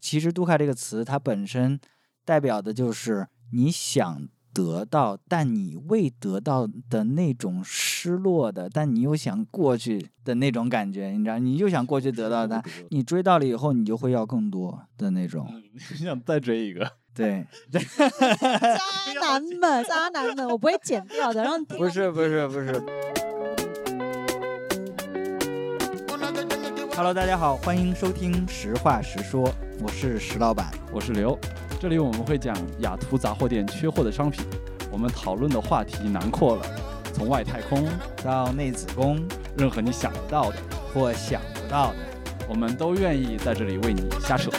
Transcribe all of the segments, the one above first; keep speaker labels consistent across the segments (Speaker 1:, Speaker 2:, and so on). Speaker 1: 其实“读卡”这个词，它本身代表的就是你想得到，但你未得到的那种失落的，但你又想过去的那种感觉，你知道，你又想过去得到它，你追到了以后，你就会要更多的那种。
Speaker 2: 你 想再追一个？
Speaker 1: 对，
Speaker 3: 渣男们，渣男们，我不会剪掉的，让
Speaker 1: 不是不是不是。Hello，大家好，欢迎收听《实话实说》，我是石老板。
Speaker 2: 我是刘，这里我们会讲雅图杂货店缺货的商品，我们讨论的话题囊括了从外太空
Speaker 1: 到内子宫
Speaker 2: 任何你想得到的，
Speaker 1: 或想不到的，
Speaker 2: 我们都愿意在这里为你瞎扯。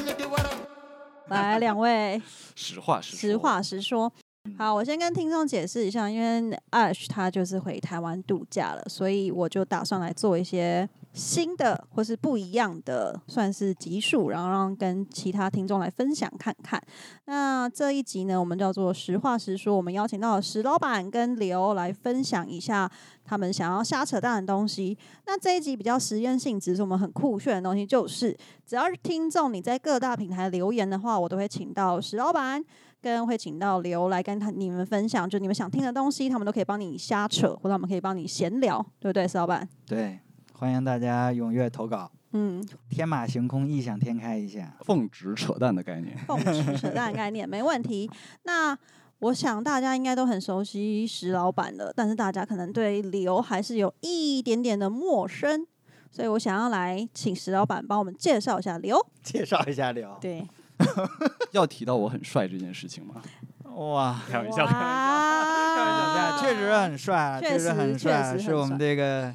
Speaker 3: 来两位
Speaker 2: 实话实说
Speaker 3: 实话实说。好，我先跟听众解释一下，因为 Ash 他就是回台湾度假了，所以我就打算来做一些新的或是不一样的，算是集数，然后让跟其他听众来分享看看。那这一集呢，我们叫做实话实说，我们邀请到了石老板跟刘来分享一下他们想要瞎扯淡的东西。那这一集比较实验性质，是我们很酷炫的东西，就是只要是听众你在各大平台留言的话，我都会请到石老板。跟会请到刘来跟他你们分享，就你们想听的东西，他们都可以帮你瞎扯，或者他们可以帮你闲聊，对不对，石老板？
Speaker 1: 对，欢迎大家踊跃投稿，
Speaker 3: 嗯，
Speaker 1: 天马行空，异想天开一下。
Speaker 2: 奉旨扯淡的概念，
Speaker 3: 凤池扯淡概念没问题。那我想大家应该都很熟悉石老板了，但是大家可能对刘还是有一点点的陌生，所以我想要来请石老板帮我们介绍一下刘。
Speaker 1: 介绍一下刘，
Speaker 3: 对，
Speaker 2: 要提到我很帅这件事情吗？
Speaker 1: 哇，
Speaker 2: 开玩笑，开玩笑。
Speaker 3: 哇
Speaker 1: 确实很帅啊，
Speaker 3: 确
Speaker 1: 确
Speaker 3: 实
Speaker 1: 实很
Speaker 3: 确实
Speaker 1: 帅，
Speaker 3: 很
Speaker 1: 是我
Speaker 3: 帅
Speaker 1: 们这个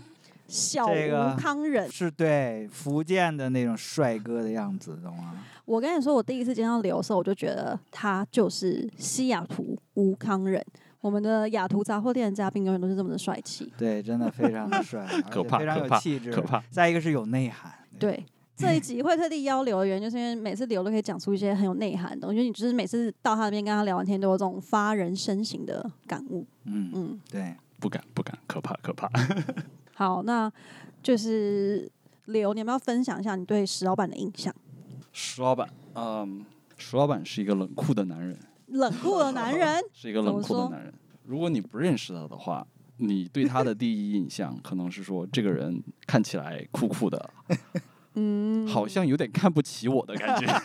Speaker 3: 小
Speaker 1: 这个
Speaker 3: 吴康人。
Speaker 1: 是对福建的那种帅哥的样子，懂吗？
Speaker 3: 我跟你说，我第一次见到刘的时候，我就觉得他就是西雅图吴康人。我们的雅图杂货店的嘉宾永远都是这么的帅气。
Speaker 1: 对，真的非常的 帅，而
Speaker 2: 可
Speaker 1: 且
Speaker 2: 怕
Speaker 1: 非常
Speaker 2: 可
Speaker 1: 有
Speaker 2: 怕
Speaker 1: 气质，
Speaker 2: 可怕。
Speaker 1: 再一个是有内涵，
Speaker 3: 对，这一集会特地邀刘的原因，就是因为每次刘都可以讲出一些很有内涵的东西。就是你就是每次到他那边跟他聊完天，都有这种发人深省的感悟。
Speaker 1: 嗯，
Speaker 3: 嗯，
Speaker 1: 对，
Speaker 2: 不敢不敢，可怕可怕。
Speaker 3: 好，那就是刘，你要不要分享一下你对石老板的印象？
Speaker 2: 石老板，嗯，石老板是一个冷酷的男人，
Speaker 3: 冷酷的男人，
Speaker 2: 是一个冷酷的男人。如果你不认识他的话，你对他的第一印象可能是说，这个人看起来酷酷的，
Speaker 3: 嗯，
Speaker 2: 好像有点看不起我的感觉。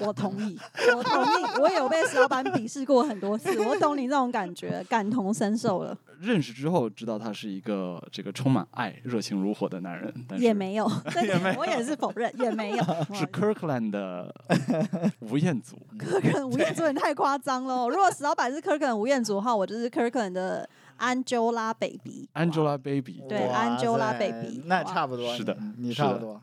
Speaker 3: 我同意，我同意，我也有被石老板鄙视过很多次，我懂你这种感觉，感同身受了，
Speaker 2: 认识之后，知道他是一个这个充满爱、热情如火的男人，但是
Speaker 3: 也没 有，这点我也是否认，也没有，
Speaker 2: 是 Kirkland 的吴彦 祖。
Speaker 3: 柯肯吴彦祖也太夸张了。如果石老板是柯肯吴彦祖的话，我就是柯肯的 Angela Baby。
Speaker 2: Angelababy，
Speaker 3: 对
Speaker 1: 哇
Speaker 3: Angelababy，
Speaker 1: 塞那
Speaker 3: 哇
Speaker 1: 差不多，
Speaker 2: 是的
Speaker 1: 你你
Speaker 2: 是
Speaker 1: 差不
Speaker 2: 的
Speaker 1: 多，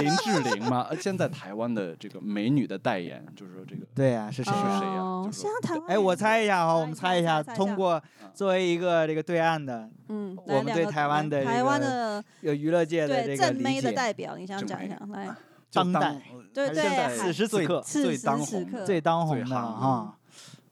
Speaker 2: 林志玲嘛，呃现在台湾的这个美女的代言，就是说这个
Speaker 1: 对呀，是谁呀？
Speaker 2: 谁呀
Speaker 3: 哦
Speaker 2: 就，是
Speaker 3: 现在台湾
Speaker 1: 哎，我猜一下哈，我们
Speaker 3: 猜
Speaker 1: 猜
Speaker 3: 一
Speaker 1: 一
Speaker 3: 下
Speaker 1: 下，
Speaker 3: 猜一下
Speaker 1: 通过作为一个这个对岸的
Speaker 3: 嗯，
Speaker 1: 我们
Speaker 3: 来两
Speaker 1: 对
Speaker 3: 个
Speaker 1: 台湾的这
Speaker 3: 台湾
Speaker 1: 个
Speaker 3: 的
Speaker 1: 有娱乐界的
Speaker 3: 对
Speaker 1: 这个
Speaker 3: 正
Speaker 1: 理
Speaker 3: 妹的
Speaker 1: 解，啊
Speaker 3: 代表，你想
Speaker 2: 正
Speaker 3: 讲一
Speaker 2: 妹
Speaker 3: 讲来，
Speaker 2: 就
Speaker 1: 当代
Speaker 3: 对
Speaker 2: 还
Speaker 3: 对
Speaker 2: 现在
Speaker 1: 此时此
Speaker 2: 最
Speaker 1: 刻
Speaker 3: 此
Speaker 2: 最
Speaker 3: 时
Speaker 2: 当
Speaker 3: 此
Speaker 2: 红
Speaker 3: 刻
Speaker 2: 的
Speaker 1: 最当红
Speaker 2: 最
Speaker 1: 的
Speaker 2: 夯
Speaker 1: 哈，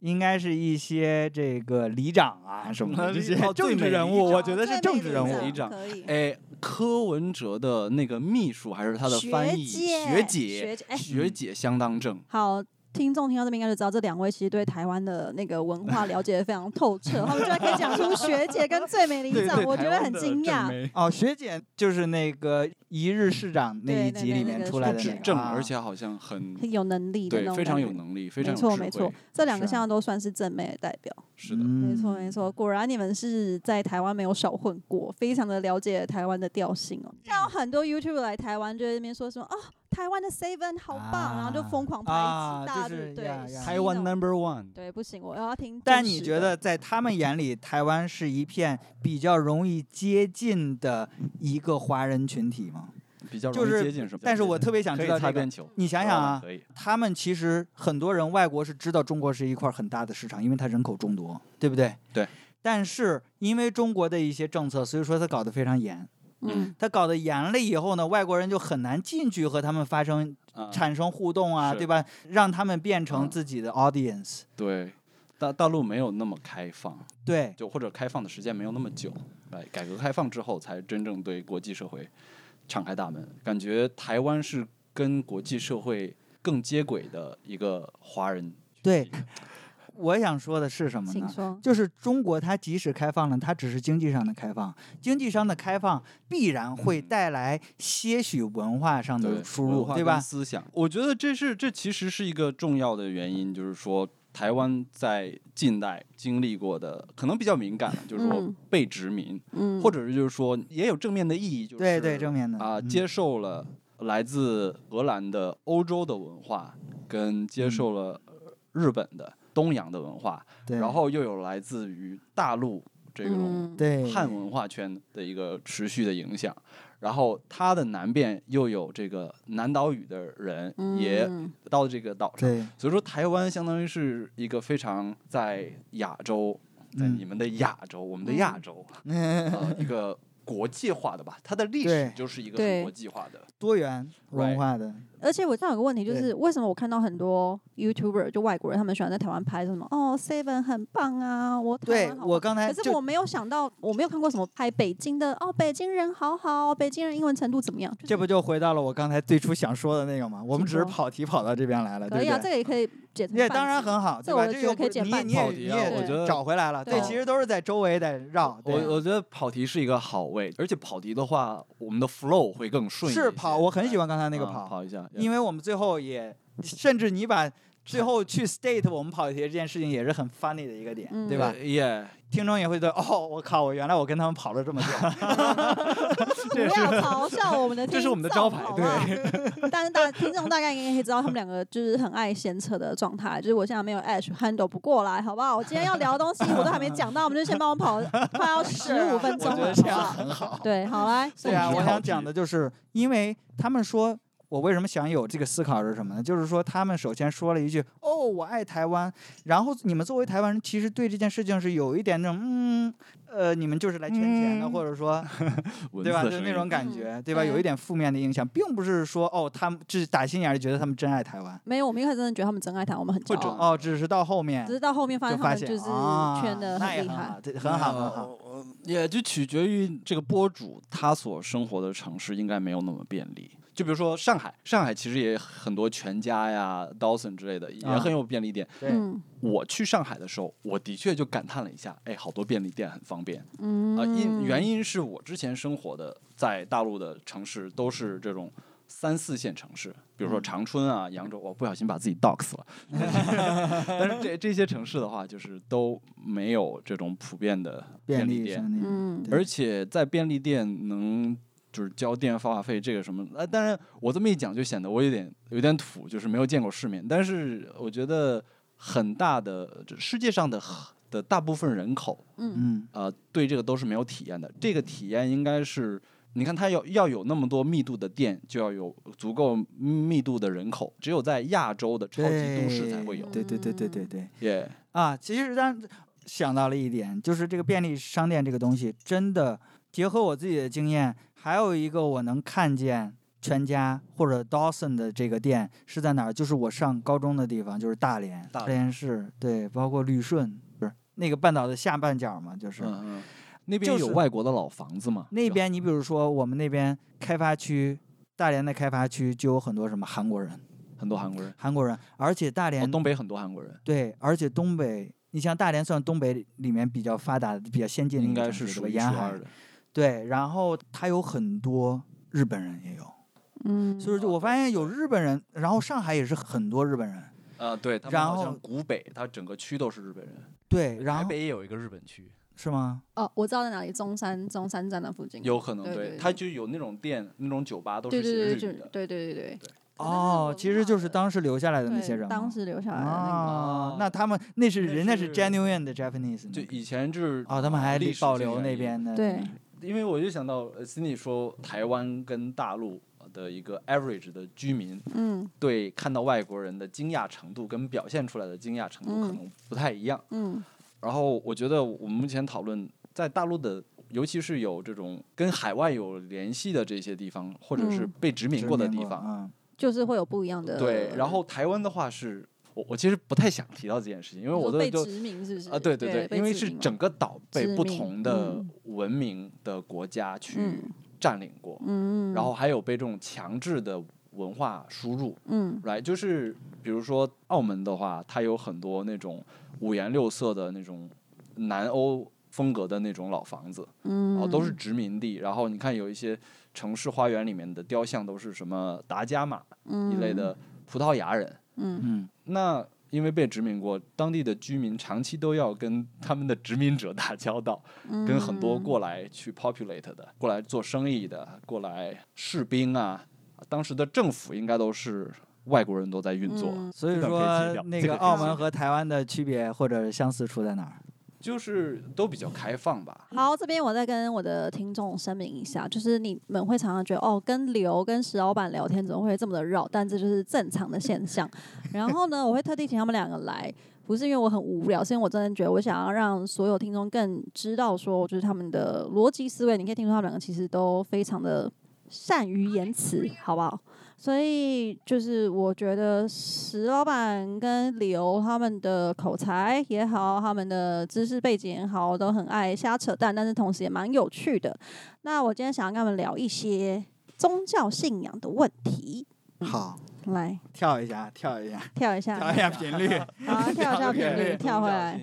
Speaker 1: 应该是一些这个里长啊什么的这些
Speaker 2: 哦最
Speaker 1: 政
Speaker 2: 美
Speaker 1: 治人
Speaker 2: 里
Speaker 1: 物，
Speaker 2: 长
Speaker 1: 我觉得是
Speaker 3: 正
Speaker 1: 政
Speaker 3: 妹
Speaker 1: 治
Speaker 3: 里
Speaker 1: 人
Speaker 3: 长
Speaker 1: 物
Speaker 2: 里。长
Speaker 3: 可以。
Speaker 2: 哎，柯文哲的那个秘书还是他的翻译
Speaker 3: 学
Speaker 2: 学
Speaker 3: 姐，
Speaker 2: 姐，
Speaker 3: 学姐，哎，
Speaker 2: 学姐相当正。
Speaker 3: 好，听众听到这边应该就知道，这两位其实对台湾的那个文化了解的非常透 彻，他们居然可以讲出学姐跟最美里长，我觉得很惊讶。
Speaker 1: 哦，学姐就是那个一日市长那
Speaker 3: 对
Speaker 1: 一
Speaker 3: 对
Speaker 1: 集
Speaker 3: 对
Speaker 1: 里
Speaker 3: 那
Speaker 1: 面
Speaker 3: 个
Speaker 1: 出来
Speaker 3: 不
Speaker 1: 的
Speaker 3: 止
Speaker 1: 那
Speaker 3: 对
Speaker 1: 个
Speaker 2: 正，
Speaker 1: 啊
Speaker 2: 而且好像很
Speaker 3: 很有能力的那
Speaker 2: 对，
Speaker 3: 种
Speaker 2: 非
Speaker 3: 感觉，
Speaker 2: 常有能力，非常
Speaker 3: 没
Speaker 2: 有
Speaker 3: 错
Speaker 2: 智
Speaker 3: 没错嗯
Speaker 2: 慧，
Speaker 3: 这两个
Speaker 1: 是啊
Speaker 3: 现在都算是正妹的代表。
Speaker 2: 是
Speaker 1: 嗯
Speaker 2: 的。
Speaker 3: 没错没
Speaker 1: 错。
Speaker 3: 错，果然你们是在台湾没有少混过，非常的了解台湾的调性
Speaker 2: 嗯
Speaker 3: 哦。像有很多 YouTube 来台湾就在那边说什么哦，台湾的 Seven 好棒，然后就疯狂拍一
Speaker 1: 啊
Speaker 3: 集，大家
Speaker 1: 就是
Speaker 3: 对
Speaker 1: 呀呀
Speaker 2: 台湾
Speaker 3: 洗脑
Speaker 2: Number One，
Speaker 3: 对不行，我要听真实的。
Speaker 1: 但你觉得在他们眼里，台湾是一片比较容易接近的一个华人群体吗？
Speaker 2: 比较
Speaker 1: 就
Speaker 2: 容易
Speaker 1: 是
Speaker 2: 接近什么？
Speaker 1: 但是我特别想
Speaker 2: 可
Speaker 1: 知
Speaker 2: 以
Speaker 1: 道
Speaker 2: 擦
Speaker 1: 这个
Speaker 2: 边，球。
Speaker 1: 你想想啊，
Speaker 2: 可以，
Speaker 1: 他们其实很多人外国是知道中国是一块很大的市场，因为它人口众多，对不对？
Speaker 2: 对。
Speaker 1: 但是因为中国的一些政策，所以说它搞得非常严。
Speaker 3: 嗯，
Speaker 1: 它搞得严了以后呢，外国人就很难进去和他们发生
Speaker 2: 啊
Speaker 1: 产生互动啊，
Speaker 2: 是
Speaker 1: 对吧？让他们变成
Speaker 2: 嗯
Speaker 1: 自己的 audience。
Speaker 2: 对，大大陆没有那么开放，
Speaker 1: 对，
Speaker 2: 就或者开放的时间没有那么久。改改革开放之后，才真正对国际社会敞开大门。感觉台湾是跟国际社会更接轨的一个华人。
Speaker 1: 对，我想说的是什么
Speaker 3: 请
Speaker 2: 嗯
Speaker 1: 呢？
Speaker 3: 说。
Speaker 1: 就是中国，它即使开放了，它只是经济上的开放，经济上的开放必然会
Speaker 2: 嗯
Speaker 1: 带来些许文化上
Speaker 2: 对
Speaker 1: 的输入
Speaker 2: 文，化
Speaker 1: 对
Speaker 2: 跟
Speaker 1: 吧？
Speaker 2: 思想，我觉得这是这其实是一个重要的原因，就是说台湾在近代经历过的可能比较敏感了，就是说
Speaker 3: 嗯
Speaker 2: 被殖民，
Speaker 3: 嗯，
Speaker 2: 或者是就是说也有正面的意义，就是
Speaker 1: 对对，正面的
Speaker 2: 啊、
Speaker 1: 嗯
Speaker 2: 接受了来自荷兰的欧洲的文化，跟接
Speaker 1: 嗯
Speaker 2: 受了日本的东洋的文化，
Speaker 1: 对
Speaker 2: 然后又有来自于大陆这种
Speaker 3: 嗯，
Speaker 1: 对
Speaker 2: 汉文化圈的一个持续的影响。然后它的南边又有这个南岛语的人也
Speaker 3: 嗯
Speaker 2: 到这个岛上，
Speaker 1: 对
Speaker 2: 所以说台湾相当于是一个非常在亚洲，在
Speaker 1: 嗯
Speaker 2: 你们的亚洲，我们的亚洲，呃，一个国际化的吧，它的历史
Speaker 1: 对
Speaker 2: 就是一个
Speaker 3: 对
Speaker 2: 很国际化的。
Speaker 1: 多元
Speaker 2: Right
Speaker 1: 文化的，
Speaker 3: 而且我这样有个问题，就
Speaker 1: 对
Speaker 3: 是为什么我看到很多 YouTuber 就外国人，他们喜欢在台湾拍什么哦，Seven 很棒啊，我台
Speaker 1: 对
Speaker 3: 湾好
Speaker 1: 我
Speaker 3: 棒
Speaker 1: 刚才
Speaker 3: 可是我
Speaker 1: 就
Speaker 3: 没有想到，我没有看过什么拍北京的哦，北京人好好，北京人英文程度怎么样？就是
Speaker 1: 这不就回到了我刚才最初想说的那个吗？我们
Speaker 3: 请
Speaker 1: 只是
Speaker 3: 说
Speaker 1: 跑题跑到这边来了，
Speaker 3: 可以
Speaker 1: 对
Speaker 3: 啊，
Speaker 1: 不
Speaker 3: 这
Speaker 1: 对？
Speaker 3: 个也可以解成
Speaker 1: 也
Speaker 3: 半
Speaker 1: 当然
Speaker 3: 集
Speaker 1: 很好，
Speaker 3: 这
Speaker 1: 对吧？
Speaker 3: 我觉
Speaker 1: 这
Speaker 3: 得
Speaker 1: 又
Speaker 3: 可以
Speaker 1: 不
Speaker 3: 剪
Speaker 1: 你
Speaker 3: 半
Speaker 1: 也你
Speaker 3: 集
Speaker 1: 也
Speaker 2: 跑
Speaker 1: 你
Speaker 2: 题啊
Speaker 1: 也
Speaker 3: 我觉
Speaker 2: 得
Speaker 1: 找回来了，
Speaker 3: 对
Speaker 1: 对，其实都是在周围在绕，哦对
Speaker 2: 我我觉得跑题是一个好位，而且跑题的话，我们的 flow 会更顺一些。
Speaker 1: 是跑，我很喜欢刚才
Speaker 2: 哎
Speaker 1: 那个
Speaker 2: 啊
Speaker 1: 跑，
Speaker 2: 跑一下，
Speaker 1: 因为我们最后也，甚至你把最后去 state 我们跑题这件事情也是很 funny 的一个点，
Speaker 3: 嗯
Speaker 1: 对吧？
Speaker 2: 也
Speaker 1: 听众也会觉得哦，我靠，我原来我跟他们跑了这么久，
Speaker 3: 不要嘲笑我们的听众，
Speaker 2: 这是我们的招牌
Speaker 3: 好不好 但是大听众大概应该可以知道，他们两个就是很爱闲扯的状态。就是我现在没有 Ash handle 不过来，好不好？我今天要聊的东西我都还没讲到，我们就先帮我跑， 快要十
Speaker 2: 啊
Speaker 3: 五分钟
Speaker 1: 我觉得这
Speaker 3: 了，好不
Speaker 1: 样
Speaker 3: 好？
Speaker 1: 很好。
Speaker 3: 对，好来，
Speaker 1: 对啊，
Speaker 2: 送
Speaker 1: 我想
Speaker 2: 你跑
Speaker 1: 讲
Speaker 2: 题
Speaker 1: 的就是，因为他们说我为什么想有这个思考是什么呢？就是说他们首先说了一句“哦，我爱台湾”，然后你们作为台湾人，其实对这件事情是有一点那种嗯。呃，你们就是来圈钱的，
Speaker 2: 嗯
Speaker 1: 或者说，对吧？就是那种感觉，对吧？有一点负面的影响，并不是说哦，他们就是打心眼里觉得他们真爱台湾，
Speaker 3: 没有，我们一开始真的觉得他们真爱谈，我们很骄
Speaker 2: 会准
Speaker 3: 傲，
Speaker 1: 哦，只是到后面
Speaker 3: 只是到后面发
Speaker 1: 就
Speaker 3: 现他
Speaker 1: 发
Speaker 3: 们
Speaker 1: 现
Speaker 3: 就是
Speaker 1: 啊
Speaker 3: 圈的
Speaker 1: 那也
Speaker 3: 厉
Speaker 1: 很
Speaker 3: 害
Speaker 1: 好，。这很好，很好，
Speaker 2: 好，也就取决于这个播主他所生活的城市应该没有那么便利。就比如说上海，上海其实也很多全家呀、Dawson 之类的，也
Speaker 1: 啊
Speaker 2: 很有便利店。
Speaker 1: 对，
Speaker 3: 嗯
Speaker 2: 我去上海的时候，我的确就感叹了一下，哎，好多便利店很方便。
Speaker 3: 嗯，
Speaker 2: 啊，因原因是我之前生活的在大陆的城市都是这种三四线城市，比如说长春啊、扬州，我不小心把自己 dox 了。 但是这这些城市的话，就是都没有这种普遍的便利
Speaker 1: 利
Speaker 2: 店，
Speaker 1: 兄弟，
Speaker 3: 嗯
Speaker 1: 对
Speaker 2: 而且在便利店能。就是交电话费这个什么，呃，当然我这么一讲就显得我有点有点土，就是没有见过世面。但是我觉得很大的这世界上的的大部分人口，
Speaker 3: 嗯
Speaker 1: 嗯，
Speaker 2: 呃，对这个都是没有体验的。这个体验应该是，你看它要要有那么多密度的店，就要有足够密度的人口，只有在亚洲的超级都市才会有。
Speaker 1: 对对对对对对，
Speaker 2: 耶、
Speaker 1: 啊，其实当时想到了一点，就是这个便利商店这个东西，真的结合我自己的经验，还有一个我能看见全家或者 Dawson 的这个店是在哪儿，就是我上高中的地方，就是大连，
Speaker 2: 大
Speaker 1: 连市，对，包括旅顺，不是那个半岛的下半角嘛，就是。
Speaker 2: 嗯嗯，那边
Speaker 1: 就是
Speaker 2: 有外国的老房子嘛？
Speaker 1: 那边，你比如说我们那边开发区，大连的开发区就有很多什么韩国人，
Speaker 2: 很多韩国人，
Speaker 1: 韩国人，而且大
Speaker 2: 哦，
Speaker 1: 连
Speaker 2: 东北很多韩国人，
Speaker 1: 对，而且东北，你像大连算东北里面比较发达的、比较先进的一
Speaker 2: 应
Speaker 1: 个
Speaker 2: 该
Speaker 1: 城市，
Speaker 2: 是
Speaker 1: 对
Speaker 2: 数
Speaker 1: 吧
Speaker 2: 一数
Speaker 1: 沿海
Speaker 2: 二的。
Speaker 1: 对，然后它有很多日本人也有，
Speaker 3: 嗯，
Speaker 1: 所以就我发现有日本人，然后上海也是很多日本人。
Speaker 2: 呃，对，他们
Speaker 1: 然
Speaker 2: 好
Speaker 1: 后
Speaker 2: 像古北，它整个区都是日本人。
Speaker 1: 对，然
Speaker 4: 台
Speaker 1: 后
Speaker 4: 北也有一个日本区，
Speaker 1: 是吗？
Speaker 3: 哦，我知道在哪里，中山中山站那附近。
Speaker 2: 有可能
Speaker 3: 对对
Speaker 2: 对
Speaker 3: 对，
Speaker 2: 它就有那种店、那种酒吧都
Speaker 3: 对
Speaker 2: 是写日
Speaker 3: 对对，
Speaker 2: 语
Speaker 3: 就
Speaker 2: 的。
Speaker 3: 对对对对，可能是
Speaker 1: 哦
Speaker 3: 文，
Speaker 1: 其实就
Speaker 3: 化
Speaker 1: 是
Speaker 3: 的
Speaker 1: 当时留下来的
Speaker 3: 对
Speaker 1: 那些人
Speaker 3: 当
Speaker 1: 嘛。
Speaker 3: 时留下来的那个。
Speaker 1: 啊
Speaker 2: 哦，
Speaker 1: 那他们那是
Speaker 4: 那
Speaker 1: 人家是
Speaker 4: 是
Speaker 1: genuine 的 Japanese
Speaker 2: 就
Speaker 1: 那个
Speaker 2: 以前是
Speaker 1: 哦，他们还
Speaker 2: 历
Speaker 1: 得
Speaker 2: 史
Speaker 1: 保
Speaker 2: 性
Speaker 1: 留
Speaker 2: 原
Speaker 1: 那
Speaker 2: 因
Speaker 1: 边的
Speaker 3: 对
Speaker 2: 因为我就想到呃 Cindy 说台湾跟大陆的一个 average 的居民
Speaker 3: 嗯
Speaker 2: 对看到外国人的惊讶程度跟表现出来的惊讶程度可
Speaker 3: 嗯
Speaker 2: 能不太一样。
Speaker 3: 嗯
Speaker 2: 然后我觉得我们目前讨论在大陆的，尤其是有这种跟海外有联系的这些地方，或者是
Speaker 3: 嗯呃
Speaker 2: 被殖民
Speaker 1: 殖
Speaker 2: 过的
Speaker 1: 民
Speaker 2: 地
Speaker 1: 过
Speaker 2: 方，
Speaker 1: 嗯，
Speaker 3: 就是会有不一样的
Speaker 2: 对。然后台湾的话是，我我其实不太想提到这件事情，因为
Speaker 3: 你
Speaker 2: 我
Speaker 3: 说
Speaker 2: 都
Speaker 3: 被
Speaker 2: 就
Speaker 3: 殖民是不是
Speaker 2: 啊，对对
Speaker 3: 对，
Speaker 2: 对，因为是整个岛被
Speaker 3: 殖
Speaker 2: 不
Speaker 3: 民
Speaker 2: 同的
Speaker 3: 嗯
Speaker 2: 文明的国家去
Speaker 3: 嗯
Speaker 2: 占领过。
Speaker 3: 嗯，
Speaker 2: 然后还有被这种强制的文化输入。
Speaker 3: 嗯
Speaker 2: 来，就是比如说澳门的话，它有很多那种五颜六色的那种南欧风格的那种老房子，
Speaker 3: 嗯，
Speaker 2: 哦，都是殖民地。然后你看有一些城市花园里面的雕像都是什么达伽马一类的葡萄牙人，
Speaker 3: 嗯，
Speaker 1: 嗯，
Speaker 2: 那。因为被殖民过，当地的居民长期都要跟他们的殖民者打交道，
Speaker 3: 嗯，
Speaker 2: 跟很多过来去 populate 的、过来做生意的、过来士兵啊，当时的政府应该都是外国人都在运作，
Speaker 3: 嗯
Speaker 1: 所以
Speaker 4: 这段可以剪
Speaker 1: 说
Speaker 4: 掉
Speaker 1: 那
Speaker 4: 这
Speaker 1: 个
Speaker 4: 个
Speaker 1: 澳
Speaker 3: 可以
Speaker 1: 门
Speaker 3: 剪
Speaker 1: 和台湾的区别或者相似处在哪儿？
Speaker 2: 就是都比较开放吧。
Speaker 3: 好，这边我再跟我的听众声明一下，就是你们会常常觉得哦，跟刘跟石老板聊天怎么会这么的绕？但这就是正常的现象。然后呢，我会特地请他们两个来，不是因为我很无聊，是因为我真的觉得我想要让所有听众更知道说，就是他们的逻辑思维。你可以听出他们两个其实都非常的善于言辞，好不好？所以就是我觉得石老板跟刘他们的口才也好，他们的知识背景也好，都很爱瞎扯淡，但是同时也蛮有趣的。那我今天想要跟他们聊一些宗教信仰的问题，
Speaker 1: 好，
Speaker 3: 来
Speaker 1: 跳一下，跳一下，
Speaker 3: 跳一下，
Speaker 2: 哎
Speaker 1: 调一下频率。
Speaker 3: 好，跳一下频率，跳回来。。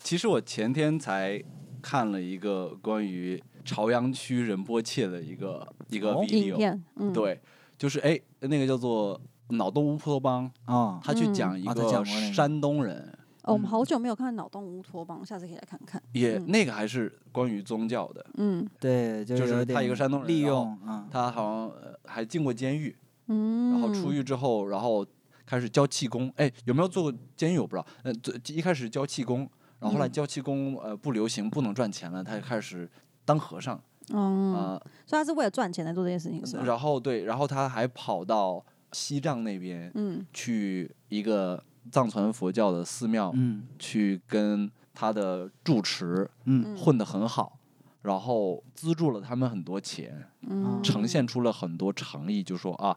Speaker 2: 其实我前天才看了一个关于朝阳区仁波切的一个一个
Speaker 1: 哦
Speaker 3: 影
Speaker 2: video，、
Speaker 3: 片，嗯，，
Speaker 2: 对，就是哎，那个叫做脑洞乌托邦，
Speaker 1: 哦，
Speaker 2: 他去
Speaker 3: 嗯
Speaker 2: 讲一
Speaker 1: 哦他讲
Speaker 2: 个
Speaker 1: 过那个
Speaker 2: 山东人，
Speaker 3: 哦，
Speaker 2: 嗯
Speaker 3: 我们好久没有看《脑洞乌托邦》，下次可以来看看。
Speaker 2: 也
Speaker 3: 嗯
Speaker 2: 那个还是关于宗教的，
Speaker 3: 嗯
Speaker 1: 对，就
Speaker 2: 就是
Speaker 1: 有
Speaker 2: 他
Speaker 1: 点
Speaker 2: 一个山东人
Speaker 1: 利
Speaker 2: 然后
Speaker 1: 用啊，
Speaker 2: 他好像呃还进过监狱，
Speaker 3: 嗯，
Speaker 2: 然后出狱之后，然后开始教气功。哎，有没有做过监狱我不知道。呃，最一开始教气功，然后后来
Speaker 3: 嗯
Speaker 2: 教气功呃不流行，不能赚钱了，他就开始当和尚
Speaker 3: 嗯，
Speaker 2: 啊、
Speaker 3: 所以他是为了赚钱来做这件事情，是
Speaker 2: 呃
Speaker 3: 啊吧？
Speaker 2: 然后对，然后他还跑到西藏那边
Speaker 3: 嗯
Speaker 2: 去一个藏传佛教的寺庙、
Speaker 1: 嗯
Speaker 2: 去跟他的住持
Speaker 1: 嗯
Speaker 3: 嗯，
Speaker 2: 混得很好。然后资助了他们很多钱，
Speaker 3: 嗯，
Speaker 2: 呈现出了很多诚意，就说啊，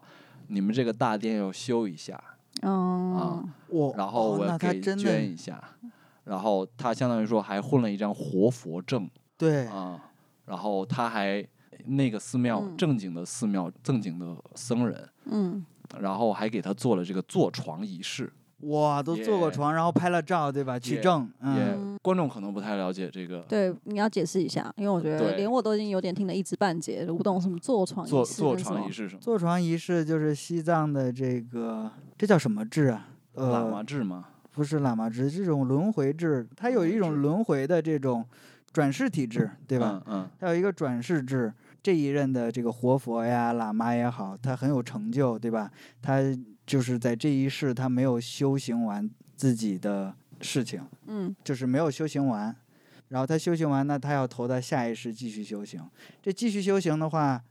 Speaker 2: 你们这个大殿要修一下，
Speaker 3: 哦，
Speaker 2: 啊
Speaker 1: 我
Speaker 2: 然后我
Speaker 1: 那
Speaker 2: 要
Speaker 1: 他
Speaker 2: 给
Speaker 1: 真的
Speaker 2: 捐一下，然后他相当于说还混了一张活佛证
Speaker 1: 对
Speaker 2: 啊、，然后他还那个寺庙、
Speaker 3: 嗯
Speaker 2: 正经的寺庙正经的僧人，
Speaker 3: 嗯，
Speaker 2: 然后还给他做了这个坐床仪式。
Speaker 1: 哇，都坐过
Speaker 2: 也
Speaker 1: 床，然后拍了照，对吧？取
Speaker 2: 也
Speaker 1: 证，
Speaker 2: 也
Speaker 1: 嗯，
Speaker 2: 观众可能不太了解这个
Speaker 3: 对，你要解释一下，因为我觉得
Speaker 2: 对
Speaker 3: 连我都已经有点听得一知半解，我不懂什么坐床
Speaker 2: 坐
Speaker 3: 仪式
Speaker 2: 坐
Speaker 3: 跟什
Speaker 2: 床仪。
Speaker 3: 么
Speaker 2: 式是什么？
Speaker 1: 坐床仪式就是西藏的这个，这叫什么制啊？
Speaker 2: 喇嘛
Speaker 1: 呃，
Speaker 2: 制吗？
Speaker 1: 不是喇嘛制，这种轮回制，它有一
Speaker 2: 轮回
Speaker 1: 种
Speaker 2: 制
Speaker 1: 轮回的这种转世体制，对吧？？
Speaker 2: 嗯
Speaker 1: 它有一个转世制，这一任的这个活佛呀、喇嘛也好，他很有成就，对吧？他就是在这一世他没有修行完自己的事情，
Speaker 3: 嗯
Speaker 1: 就是没有修行完，然后他修行完呢，他要投到下一世继续修行。这继续修行的话，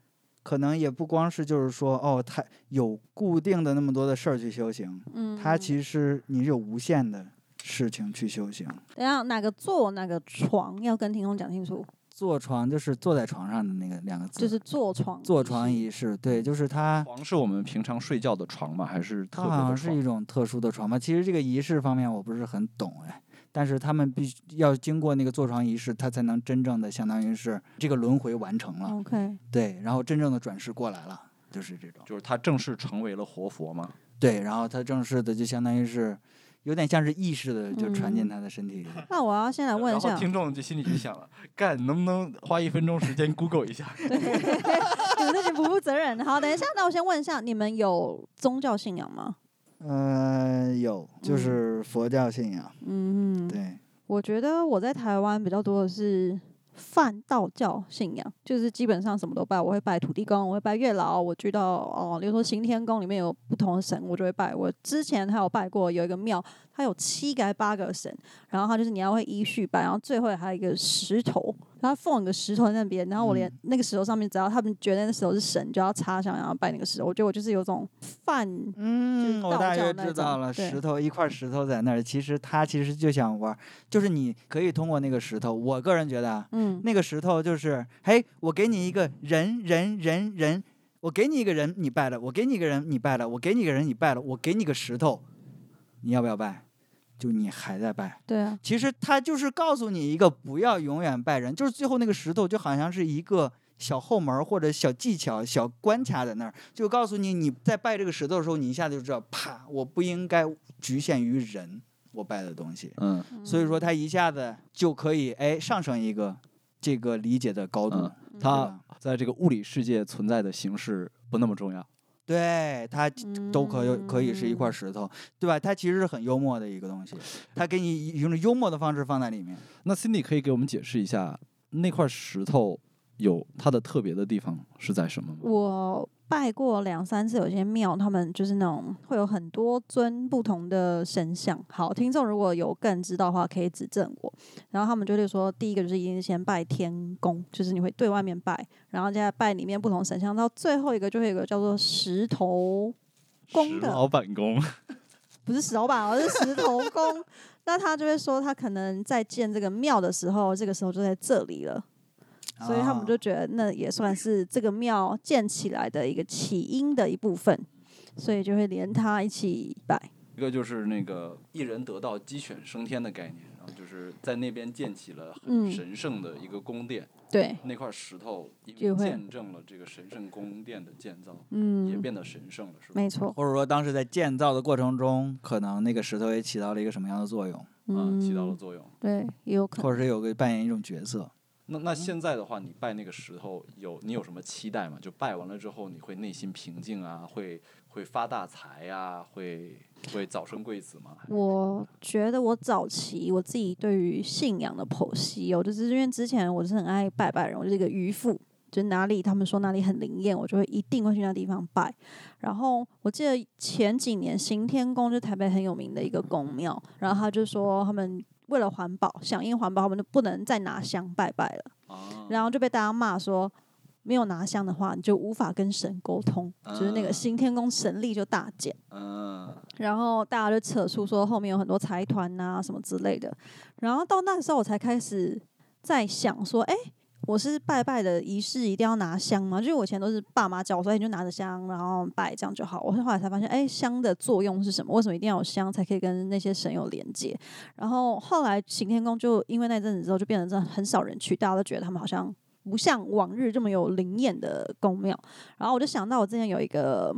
Speaker 1: 可能也不光是就是说哦，他有固定的那么多的事儿去修行，
Speaker 3: 嗯，
Speaker 1: 他其实你有无限的事情去修行。
Speaker 3: 等一下哪个坐哪个床要跟听众讲清楚，
Speaker 1: 坐床就是坐在床上的那个两个字，
Speaker 3: 就是坐床
Speaker 1: 坐床
Speaker 3: 仪式。
Speaker 1: 仪式，对，就是它，
Speaker 2: 床是我们平常睡觉的床吗？还是哦特
Speaker 1: 它
Speaker 2: 别
Speaker 1: 好
Speaker 2: 的
Speaker 3: 啊
Speaker 1: 像是
Speaker 2: 床
Speaker 1: 一？种特殊的床吧。其实这个仪式方面我不是很懂哎，但是他们必须要经过那个坐床仪式，他才能真正的相当于是这个轮回完成了，
Speaker 3: OK，
Speaker 1: 对，然后真正的转世过来了，就是这种。
Speaker 2: 就是他正式成为了活佛吗？
Speaker 1: 对，然后他正式的就相当于是有点像是意识的就传进
Speaker 3: 嗯
Speaker 1: 他的身体里了。
Speaker 3: 那我要先来问一
Speaker 2: 然
Speaker 3: 下
Speaker 2: 后，听众就心里就想了，干能不能花一分钟时 间 Google 一下？
Speaker 3: 你们这群不负责任。好，等一下，那我先问一下，你们有宗教信仰吗？
Speaker 1: 呃，有，就
Speaker 3: 嗯
Speaker 1: 是佛教信仰，
Speaker 3: 嗯，
Speaker 1: 对，
Speaker 3: 我觉得我在台湾比较多的是泛道教信仰，就是基本上什么都拜，我会拜土地公，我会拜月老，我去到哦，比如说行天宫里面有不同的神，我就会拜。我之前还有拜过有一个庙，它有七个还八个神，然后它就是你要会依序拜，然后最后还有一个石头，然后放一个石头在那边，然后我连
Speaker 1: 嗯
Speaker 3: 那个石头上面，只要他们觉得那石头是神，就要插上，然后拜那个石头。我觉得我就是有种泛
Speaker 1: 嗯，我
Speaker 3: 道
Speaker 1: 大
Speaker 3: 教
Speaker 1: 约
Speaker 3: 那
Speaker 1: 知
Speaker 3: 种
Speaker 1: 道了，
Speaker 3: 对
Speaker 1: 石头一块石头在那儿，其实他其实就想玩儿，就是你可以通过那个石头，我个人觉得啊，
Speaker 3: 嗯
Speaker 1: 那个石头就是，嘿，我给你一个人人人人，我给你一个人，你拜了；我给你一个人，你拜了；我给你一个人，你拜了；我给你个石头，你要不要拜？就你还在拜，
Speaker 3: 对啊，
Speaker 1: 其实他就是告诉你一个不要永远拜人，就是最后那个石头就好像是一个小后门儿或者小技巧、小关卡在那儿，就告诉你你在拜这个石头的时候，你一下就知道，啪，我不应该局限于人我拜的东西。
Speaker 2: 嗯
Speaker 1: 所以说他一下子就可以哎上升一个这个理解的高度
Speaker 2: 嗯，
Speaker 3: 嗯
Speaker 1: 对
Speaker 2: 它
Speaker 1: 吧
Speaker 2: 在这个物理世界存在的形式不那么重要。
Speaker 1: 对他都可以可以是一块
Speaker 3: 嗯
Speaker 1: 石头，对吧？它其实是很幽默的一个东西，它给你用幽默的方式放在里面。
Speaker 2: 那 Cindy 可以给我们解释一下那块石头有它的特别的地方是在什么吗？
Speaker 3: 我拜过两三次，有些庙他们就是那种会有很多尊不同的神像。好，听众如果有更知道的话，可以指正我。然后他们就会说，第一个就是一定先拜天公，就是你会对外面拜，然后再拜里面不同神像，到最后一个就会有一个叫做石头公
Speaker 2: 石
Speaker 3: 的，
Speaker 2: 老板公，
Speaker 3: 不是石头板，而是石头公。 那他就会说，他可能在建这个庙的时候，这个时候就在这里了。所以他们
Speaker 1: 啊
Speaker 3: 就觉得那也算是这个庙建起来的一个起因的一部分，所以就会连它一起拜。
Speaker 2: 一个就是那个一人得道鸡犬升天的概念，然后就是在那边建起了很
Speaker 3: 嗯
Speaker 2: 神圣的一个宫殿，
Speaker 3: 对，
Speaker 2: 那块石头因为
Speaker 3: 就会
Speaker 2: 见证了这个神圣宫殿的建造，也
Speaker 3: 嗯，
Speaker 2: 变得神圣了，是吧？
Speaker 3: 没错，
Speaker 1: 或者说当时在建造的过程中，可能那个石头也起到了一个什么样的作用，
Speaker 2: 嗯，
Speaker 3: 嗯，
Speaker 2: 起到了作用。
Speaker 3: 对，也有可能。
Speaker 1: 或者是有个扮演一种角色。
Speaker 2: 那那现在的话，你拜那个石头有你有什么期待吗？就拜完了之后，你会内心平静啊，会会发大财呀、会会早生贵子吗？
Speaker 3: 我觉得我早期我自己对于信仰的剖析哦，就是因为之前我是很爱拜拜的人，我就是一个渔夫，就哪里他们说哪里很灵验，我就会一定会去那地方拜。然后我记得前几年行天宫就是台北很有名的一个宫庙，然后他就说他们为了环保，响应环保，他们就不能再拿香拜拜了。
Speaker 2: 啊，
Speaker 3: 然后就被大家骂说，没有拿香的话，你就无法跟神沟通，就是那
Speaker 2: 啊
Speaker 3: 个行天宫神力就大减。
Speaker 2: 嗯，
Speaker 3: 然后大家就扯出说后面有很多财团呐、什么之类的。然后到那时候我才开始在想说，哎，我是拜拜的仪式一定要拿香吗？就是我以前都是爸妈教我说，哎，你就拿着香然后拜这样就好。我后来才发现，哎，香的作用是什么？为什么一定要有香才可以跟那些神有连接？然后后来行天宫就因为那阵子之后就变得真的很少人去，大家都觉得他们好像。不像往日这么有灵验的宫庙，然后我就想到我之前有一个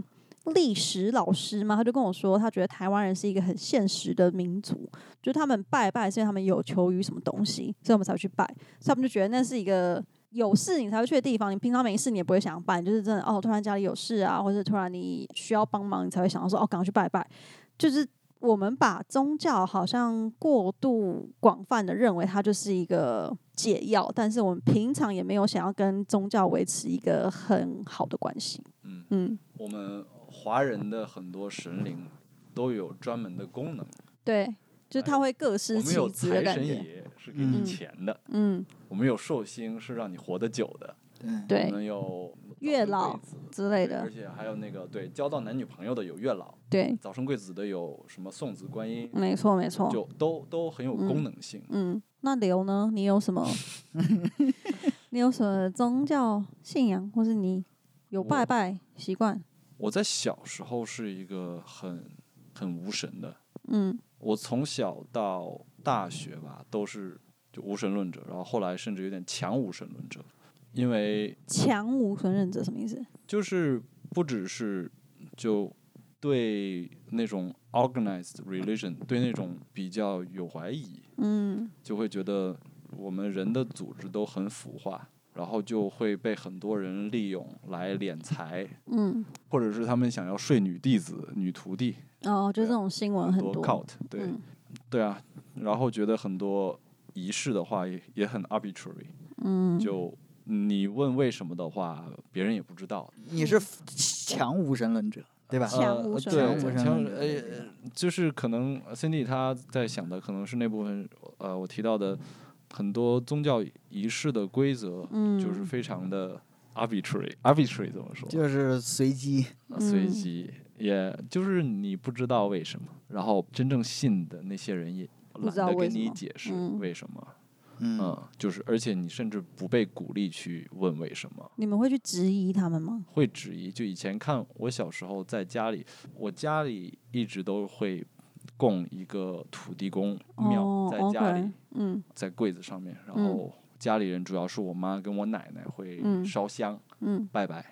Speaker 3: 历史老师嘛，他就跟我说，他觉得台湾人是一个很现实的民族，就是他们拜拜是因为他们有求于什么东西，所以我们才会去拜，所以他们就觉得那是一个有事你才会去的地方，你平常没事你也不会想拜，你就是真的哦，突然家里有事啊，或者突然你需要帮忙，你才会想到说哦，赶快去拜拜，就是。我们把宗教好像过度广泛的认为它就是一个解药，但是我们平常也没有想要跟宗教维持一个很好的关系。
Speaker 2: 嗯
Speaker 3: 嗯，
Speaker 2: 我们华人的很多神灵都有专门的功能，
Speaker 3: 对，就
Speaker 2: 哎
Speaker 3: 是他会各
Speaker 2: 我
Speaker 3: 司
Speaker 2: 们
Speaker 3: 其
Speaker 2: 有
Speaker 3: 职的
Speaker 2: 财
Speaker 3: 感
Speaker 2: 神
Speaker 3: 觉。
Speaker 2: 爷是给你
Speaker 1: 嗯
Speaker 2: 钱的，
Speaker 3: 嗯，
Speaker 2: 我们有寿星是让你活得久的，
Speaker 1: 对，
Speaker 2: 我
Speaker 3: 对
Speaker 2: 们有
Speaker 3: 月老
Speaker 2: 早生贵子
Speaker 3: 之类
Speaker 2: 对而
Speaker 3: 的，
Speaker 2: 且还有那个对交到男女朋友的有月老，
Speaker 3: 对，
Speaker 2: 早生贵子的有什么送子观音，
Speaker 3: 没错没错。
Speaker 2: 就都都很有功能性。
Speaker 3: 嗯，那刘呢？你有什么？你有什么宗教信仰，或是你有
Speaker 2: 我
Speaker 3: 拜拜习惯？
Speaker 2: 我在小时候是一个很很无神的，
Speaker 3: 嗯
Speaker 2: 我从小到大学吧都是就无神论者，然后后来甚至有点强无神论者，因为
Speaker 3: 强无神论者什么意思？
Speaker 2: 就是不只是就对那种 organized religion 对那种比较有怀疑，
Speaker 3: 嗯
Speaker 2: 就会觉得我们人的组织都很腐化，然后就会被很多人利用来敛财，
Speaker 3: 嗯，
Speaker 2: 或者是他们想要睡女弟子、女徒弟，
Speaker 3: 哦，
Speaker 2: 对
Speaker 3: 就
Speaker 2: 啊
Speaker 3: 这种新闻
Speaker 2: 很
Speaker 3: 很
Speaker 2: 多
Speaker 3: 多。
Speaker 2: cult，对、
Speaker 3: 嗯
Speaker 2: 对啊，然后觉得很多仪式的话也也很 arbitrary，
Speaker 3: 嗯，
Speaker 2: 就你问为什么的话，别人也不知道，
Speaker 1: 你是强无神论者，对吧？
Speaker 3: 强无
Speaker 2: 呃、
Speaker 3: 神
Speaker 2: 对
Speaker 3: 论者
Speaker 1: 强无神论者
Speaker 2: 呃，就是可能呃 Cindy 她在想的可能是那部分呃我提到的很多宗教仪式的规则，
Speaker 3: 嗯
Speaker 2: 就是非常的 arbitrary，arbitrary 怎么说？
Speaker 1: 就是随机。
Speaker 2: 呃随
Speaker 3: 嗯
Speaker 2: 机，也就是你不知道为什么，然后真正信的那些人也
Speaker 3: 不
Speaker 2: 懒
Speaker 3: 知道
Speaker 2: 得给
Speaker 3: 为什
Speaker 2: 你
Speaker 3: 么
Speaker 2: 解释
Speaker 3: 嗯
Speaker 2: 为什么，
Speaker 1: 嗯，
Speaker 2: 嗯，就是而且你甚至不被鼓励去问为什么。
Speaker 3: 你们会去质疑他们吗？
Speaker 2: 会质疑。就以前看我小时候在家里，我家里一直都会供一个土地公庙
Speaker 3: 哦
Speaker 2: 在家里，
Speaker 3: ，OK，嗯
Speaker 2: 在柜子上面，然
Speaker 3: 嗯
Speaker 2: 后家里人主要是我妈跟我奶奶会
Speaker 3: 嗯
Speaker 2: 烧香、
Speaker 3: 嗯
Speaker 2: 拜拜，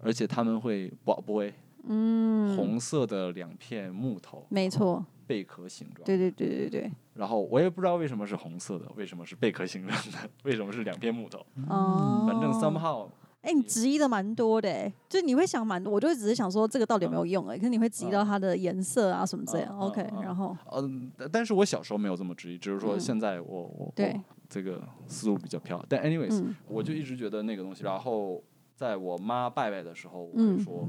Speaker 2: 而且他们会保杯，
Speaker 3: 嗯，
Speaker 2: 红色的两片木头，
Speaker 3: 没错，
Speaker 2: 贝壳形状。
Speaker 3: 对对对对对，
Speaker 2: 然后我也不知道为什么是红色的，为什么是贝壳形状的， 为什么是两片木头，
Speaker 3: 哦，
Speaker 2: 反正 somehow
Speaker 3: 哎、你质疑的蛮多的、欸，就你会想蛮多，我就会只是想说这个到底有没有用哎、欸，可是你会质疑到它的颜色啊什么这样、
Speaker 2: 嗯嗯嗯
Speaker 3: o k
Speaker 2: 嗯
Speaker 3: 然后
Speaker 2: 嗯，但但是我小时候没有这么质疑，只是说
Speaker 3: 嗯
Speaker 2: 现在我、我
Speaker 3: 对，
Speaker 2: 这个思路比较飘。但 anyways，、
Speaker 3: 嗯
Speaker 2: 我就一直觉得那个东西。然后在我妈拜拜的时候，我
Speaker 3: 嗯
Speaker 2: 会说：“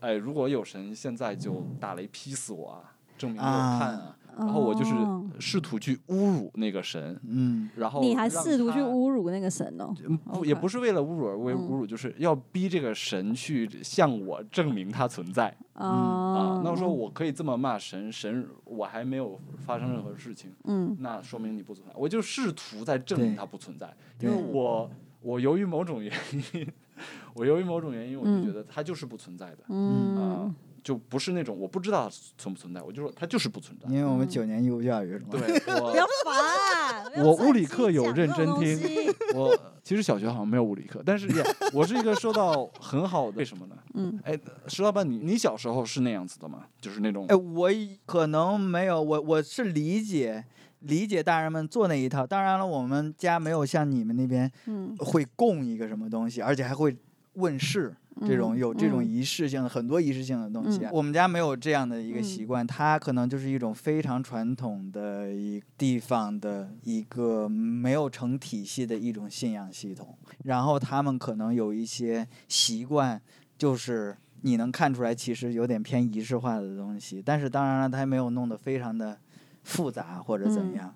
Speaker 2: 哎，如果有神现在就大雷劈死我啊，证明给我
Speaker 1: 啊
Speaker 2: 看啊！”然后我就是
Speaker 3: 哦
Speaker 2: 试图去侮辱那个神，
Speaker 1: 嗯，
Speaker 2: 然后
Speaker 3: 你还
Speaker 2: 让
Speaker 3: 试图去
Speaker 2: 他
Speaker 3: 侮辱那个神哦、
Speaker 2: 嗯不也
Speaker 3: OK
Speaker 2: 不是为了侮辱而为侮
Speaker 3: 嗯
Speaker 2: 辱，就是要逼这个神去向我证明他存在啊
Speaker 3: 啊。
Speaker 2: 那我说我可以这么骂神，神我还没有发生任何事情，
Speaker 3: 嗯
Speaker 2: 那说明你不存在。我就试图在证明
Speaker 1: 对
Speaker 2: 它不存在，因
Speaker 1: 对
Speaker 2: 为我我由于某种原因， 我由于某种原因，我就觉得它就是不存在的啊、
Speaker 3: 嗯，
Speaker 2: 就不是那种我不知道它存不存在，我就说它就是不存在
Speaker 1: 因。为我们九年义务教育是吗？
Speaker 2: 对
Speaker 3: 不要
Speaker 2: 我。
Speaker 3: 烦、 不要
Speaker 2: 我
Speaker 3: 趁
Speaker 2: 物理
Speaker 3: 机
Speaker 2: 课有
Speaker 3: 讲
Speaker 2: 认真
Speaker 3: 这种东
Speaker 2: 听
Speaker 3: 西
Speaker 2: 我其实小学好像没有物理课，但是也我是一个受到很好的为什么呢？
Speaker 3: 嗯，
Speaker 2: 哎，石老板，你你小时候是那样子的吗？就是那种
Speaker 1: 哎，我以可能没有，我我是理解理解大人们做那一套。当然了，我们家没有像你们那边
Speaker 3: 嗯
Speaker 1: 会供一个什么东西，而且还会问世这种
Speaker 3: 嗯
Speaker 1: 有这种
Speaker 3: 嗯
Speaker 1: 仪式性的、很多仪式性的东西啊。
Speaker 3: 嗯
Speaker 1: 我们家没有这样的一个
Speaker 3: 嗯
Speaker 1: 习惯，它可能就是一种非常传统的一地方的一个没有成体系的一种信仰系统。然后他们可能有一些习惯，就是你能看出来，其实有点偏仪式化的东西。但是当然了，它没有弄得非常的复杂或者怎么
Speaker 3: 嗯
Speaker 1: 样。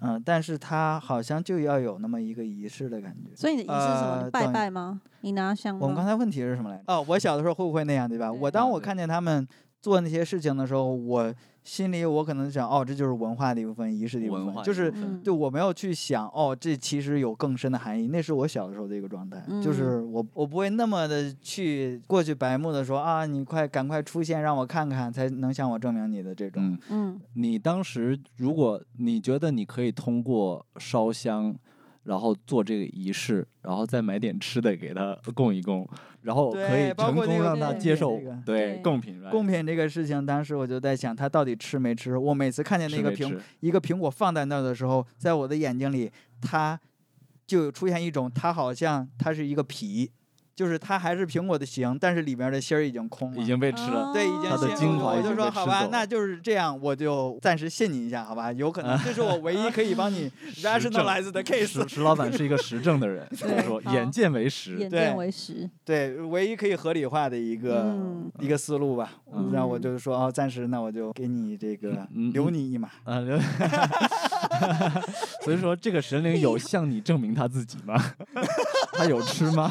Speaker 1: 嗯，但是它好像就要有那么一个仪式的感觉。
Speaker 3: 所以你的仪式是什么？
Speaker 1: 呃
Speaker 3: 你拜
Speaker 1: 等
Speaker 3: 拜吗？你拿香吗？
Speaker 1: 我们刚才问题是什么来着？嗯哦，我小的时候会不会那样，对吧？
Speaker 3: 对
Speaker 1: 我当
Speaker 2: 啊
Speaker 1: 我
Speaker 2: 对
Speaker 1: 看见他们做那些事情的时候，我心里我可能想，哦，这就是文化的一部分，仪式的一部
Speaker 2: 文
Speaker 1: 分，
Speaker 2: 化
Speaker 1: 就是
Speaker 2: 的部分
Speaker 1: 对我没有去想，哦，这其实有更深的含义。那是我小的时候的一个状态，就是我我不会那么的去过去白目的说啊，你快赶快出现让我看看，才能向我证明你的这种。
Speaker 2: 嗯，
Speaker 3: 嗯
Speaker 2: 你当时如果你觉得你可以通过烧香，然后做这个仪式，然后再买点吃的给他供一供，然后
Speaker 1: 对
Speaker 2: 可以
Speaker 1: 包
Speaker 2: 成
Speaker 1: 括那
Speaker 2: 功
Speaker 1: 个
Speaker 2: 让他
Speaker 3: 对
Speaker 2: 接受
Speaker 1: 对那个
Speaker 2: 对
Speaker 3: 对
Speaker 2: 贡品来
Speaker 1: 贡品这个事情，当时我就在想，他到底吃没吃？我每次看见
Speaker 2: 吃
Speaker 1: 那个
Speaker 2: 没
Speaker 1: 苹
Speaker 2: 吃
Speaker 1: 一个苹果放在那儿的时候，在我的眼睛里，它就有出现一种，它好像它是一个皮，就是它还是苹果的形，但是里面的芯儿已经空了。
Speaker 2: 已经被吃 了，
Speaker 1: 对，已经
Speaker 2: 它的
Speaker 1: 先
Speaker 2: 精
Speaker 1: 我
Speaker 2: 华已
Speaker 1: 我就
Speaker 2: 经
Speaker 1: 说
Speaker 2: 被
Speaker 1: 好
Speaker 2: 吃
Speaker 1: 吧
Speaker 2: 走，
Speaker 1: 那就是这样，我就暂时信你一下，好吧？有可 能这是我唯一可以帮你 rationalize 的 case，
Speaker 2: 石石老板是一个实证的人，所以
Speaker 3: 对
Speaker 2: 说
Speaker 3: 好
Speaker 2: 眼见为实
Speaker 3: 眼，
Speaker 1: 对
Speaker 3: 见为实。
Speaker 1: 对，唯一可以合理化的一
Speaker 2: 啊
Speaker 1: 个、
Speaker 3: 嗯
Speaker 1: 一个思路吧。
Speaker 2: 嗯
Speaker 1: 那我就说哦，暂时那我就给你这个
Speaker 2: 嗯嗯
Speaker 1: 留你一马。
Speaker 2: 啊，留 所以说这个神灵有向你证明他自己吗？ 他有吃吗？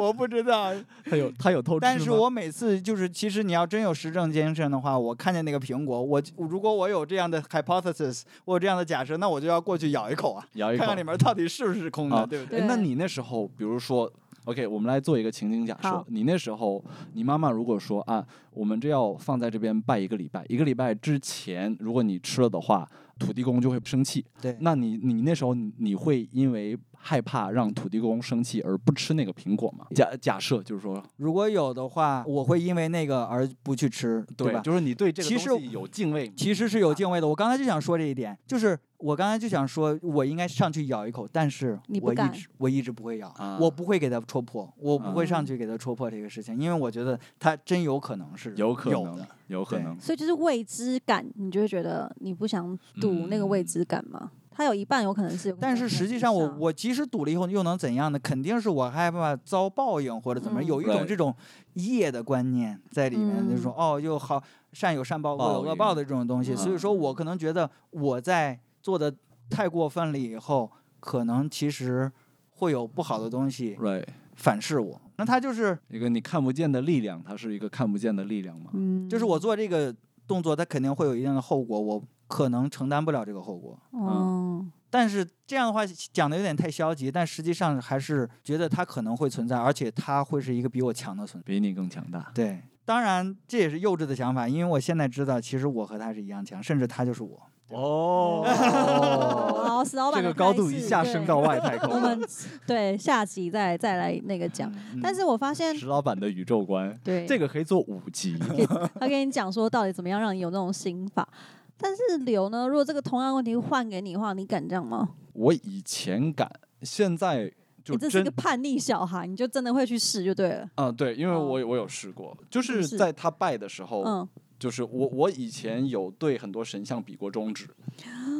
Speaker 1: 我不知道，
Speaker 2: 他有他有偷吃吗？
Speaker 1: 但是我每次就是，其实你要真有实证精神的话，我看见那个苹果，我如果我有这样的 hypothesis，我有这样的假设，那我就要过去咬一口啊，
Speaker 2: 咬一口
Speaker 1: 看看里面到底是不是空的，
Speaker 2: 啊
Speaker 1: 对不对？
Speaker 2: 诶那
Speaker 3: 对
Speaker 2: 你那时候，比如说，OK，我们来做一个情景假设
Speaker 3: 好。
Speaker 2: 你那时候，你妈妈如果说啊，我们这要放在这边拜一个礼拜，一个礼拜之前，如果你吃了的话，土地公就会生气。
Speaker 1: 对
Speaker 2: 那你你那时候你你会因为害怕让土地公生气而不吃那个苹果吗？假假设就是说，
Speaker 1: 如果有的话，我会因为那个而不去吃，吧？
Speaker 2: 就是你对这个
Speaker 1: 其实
Speaker 2: 东西有敬畏吗。
Speaker 1: 其实是有敬畏的，我刚才就想说这一点，就是我刚才就想说，我应该上去咬一口，但是
Speaker 3: 你不
Speaker 1: 我一
Speaker 3: 敢
Speaker 1: 直我一直不会咬，
Speaker 2: 啊
Speaker 1: 我不会给它戳破，我不会上
Speaker 3: 嗯
Speaker 1: 去给它戳破这个事情，因为我觉得它真有可能是
Speaker 2: 有可
Speaker 1: 的
Speaker 2: 能，有可
Speaker 1: 对
Speaker 2: 能，
Speaker 3: 所以就是未知感，你就会觉得你不想赌那个未知感嘛。它有一半有可能是有可能
Speaker 1: 但
Speaker 3: 是
Speaker 1: 是实
Speaker 3: 你
Speaker 1: 际
Speaker 3: 不
Speaker 1: 上我，我
Speaker 3: 上
Speaker 1: 即使赌了以后又能怎样呢？肯定是我害怕遭报应或者怎么样，
Speaker 3: 嗯
Speaker 1: 有一种
Speaker 2: Right
Speaker 1: 这种业的观念在里面，就是说
Speaker 3: 嗯
Speaker 1: 哦，又好善有善报，恶有
Speaker 2: 报
Speaker 1: 恶
Speaker 2: 应嗯
Speaker 1: 报的这种东西。所以说我可能觉得我在做的太过分了以后，可能其实会有不好的东西
Speaker 2: right，
Speaker 1: 反噬我。那他就是
Speaker 2: 一个你看不见的力量，它是一个看不见的力量嘛。
Speaker 3: 嗯，
Speaker 1: 就是我做这个动作，它肯定会有一定的后果，我可能承担不了这个后果。
Speaker 3: 哦，
Speaker 1: 但是这样的话讲的有点太消极，但实际上还是觉得它可能会存在，而且它会是一个比我强的存在。
Speaker 2: 比你更强大，
Speaker 1: 对，当然这也是幼稚的想法，因为我现在知道，其实我和他是一样强，甚至他就是我。
Speaker 3: 然
Speaker 2: 哦，
Speaker 3: 后石老板
Speaker 4: 这
Speaker 3: 的
Speaker 4: 个高
Speaker 3: 开
Speaker 4: 度
Speaker 3: 始
Speaker 4: 一下升
Speaker 3: 对
Speaker 4: 到外太空
Speaker 3: 我。们对下集再再来那个讲。
Speaker 4: 嗯
Speaker 1: 嗯
Speaker 3: 但是我发现，
Speaker 2: 石老板的宇宙观，
Speaker 3: 对
Speaker 2: 这个可以做五集。
Speaker 3: 他跟你讲说到底怎么样让你有那种心法。但是刘呢，如果这个同样问题换给你的话，你敢这样吗？
Speaker 2: 我以前敢，现在就
Speaker 3: 你这是
Speaker 2: 真
Speaker 3: 个叛逆小孩，你就真的会去试就对了。
Speaker 2: 啊、对，因为
Speaker 3: 哦
Speaker 2: 我有我有试过，就是
Speaker 3: 不
Speaker 2: 是
Speaker 3: 是
Speaker 2: 在他拜的时候，
Speaker 3: 嗯，
Speaker 2: 就是我我以前有对很多神像比过中 指，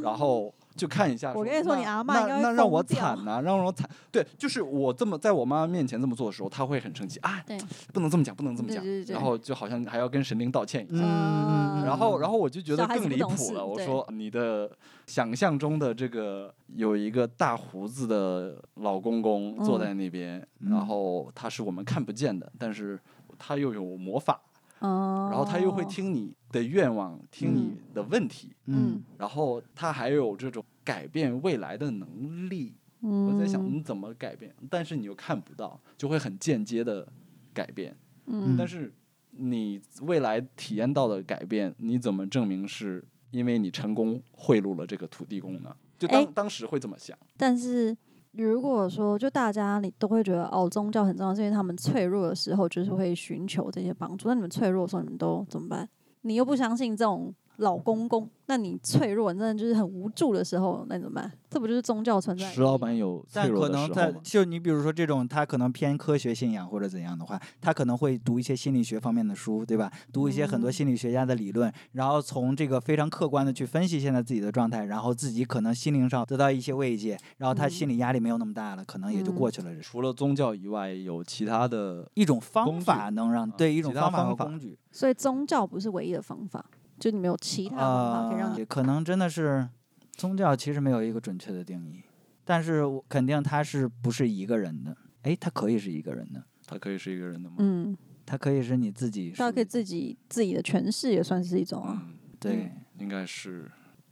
Speaker 2: 然后就看一下
Speaker 3: 我跟你说
Speaker 2: 那
Speaker 3: 你啊阿嬷应
Speaker 2: 那
Speaker 3: 该会
Speaker 2: 那让我
Speaker 3: 疯掉
Speaker 2: 惨呐、让我惨。对，就是我这么在我妈妈面前这么做的时候，她会很生气啊
Speaker 3: 对，
Speaker 2: 不能这么讲，不能这么
Speaker 3: 对
Speaker 2: 讲
Speaker 3: 对对，对
Speaker 2: 然后就好像还要跟神灵道歉一样。
Speaker 4: 嗯
Speaker 2: 然后，然后我就觉得
Speaker 3: 小孩子
Speaker 2: 更
Speaker 3: 不
Speaker 2: 离
Speaker 3: 懂
Speaker 2: 谱
Speaker 3: 事
Speaker 2: 了。我
Speaker 3: 对
Speaker 2: 说，你的想象中的这个有一个大胡子的老公公坐在那边，
Speaker 1: 嗯
Speaker 2: 然后他是我们看不见的，但是他又有魔法，
Speaker 3: 哦，
Speaker 2: 然后他又会，听你的愿望，听你的问题，
Speaker 3: 嗯
Speaker 2: 然后他还有这种改变未来的能力。
Speaker 3: 嗯，
Speaker 2: 我在想，你怎么改变？但是你又看不到，就会很间接的改变。
Speaker 3: 嗯，
Speaker 2: 但是你未来体验到的改变，你怎么证明是因为你成功贿赂了这个土地公呢？就当、
Speaker 3: 哎
Speaker 2: 当时会这么想，
Speaker 3: 但是如果说就大家你都会觉得哦，宗教很重要，是因为他们脆弱的时候就是会寻求这些帮助。那你们脆弱的时候，你们都怎么办？你又不相信这种老公公，那你脆弱，你真的就是很无助的时候，那你怎么办？这不就是宗教存在？
Speaker 2: 石老，板有脆
Speaker 1: 但
Speaker 2: 弱
Speaker 1: 可
Speaker 2: 的
Speaker 1: 能
Speaker 2: 时
Speaker 1: 他
Speaker 2: 候吗？
Speaker 1: 就你比如说这种，他可能偏科学信仰或者怎样的话，他可能会读一些心理学方面的书，对吧？读一些很多
Speaker 3: 嗯
Speaker 1: 心理学家的理论，然后从这个非常客观的去分析现在自己的状态，然后自己可能心灵上得到一些慰藉，然后他
Speaker 3: 嗯
Speaker 1: 心理压力没有那么大了，可能也就
Speaker 3: 嗯
Speaker 1: 过去了。这是
Speaker 2: 除了宗教以外，有其他的
Speaker 1: 一种方
Speaker 2: 工具啊
Speaker 1: 法能让对一种
Speaker 2: 其
Speaker 1: 方
Speaker 2: 他
Speaker 1: 法
Speaker 2: 方
Speaker 1: 和
Speaker 2: 法
Speaker 1: 工具，
Speaker 3: 所以宗教不是唯一的方法，就你们有其他方法
Speaker 1: 啊，
Speaker 3: 可以让你。
Speaker 1: 也可能真的是宗教其实没有一个准确的定义，但是我肯定他是不是一个人的？哎，他可以是一个人的，
Speaker 2: 他可以是一个人的吗？
Speaker 3: 嗯，
Speaker 1: 他可以是你自己属于，
Speaker 3: 大家可以自己自己的诠释也算是一种啊。
Speaker 2: 嗯，
Speaker 1: 对
Speaker 2: 应该是，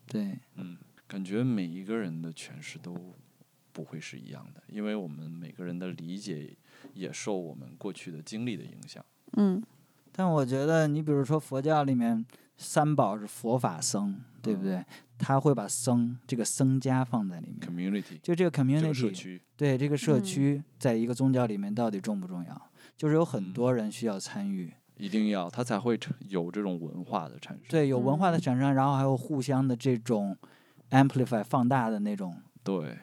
Speaker 1: 对，
Speaker 2: 嗯，感觉每一个人的诠释都不会是一样的，因为我们每个人的理解也受我们过去的经历的影响。
Speaker 3: 嗯
Speaker 1: 但我觉得，你比如说佛教里面三宝是佛法僧，对不
Speaker 2: 嗯
Speaker 1: 对？他会把僧这个僧家放在里面，
Speaker 2: community
Speaker 1: 就这个
Speaker 2: 这个
Speaker 1: community，
Speaker 2: 社区，
Speaker 1: 对这个社
Speaker 3: 嗯
Speaker 1: 区，在一个宗教里面到底重不重要？就是有很
Speaker 2: 嗯
Speaker 1: 多人需要参与，
Speaker 2: 一定要它才会成有这种文化的产生。
Speaker 1: 对，有文化的
Speaker 3: 嗯
Speaker 1: 产生，然后还有互相的这种 amplify 放大的那种
Speaker 2: 对，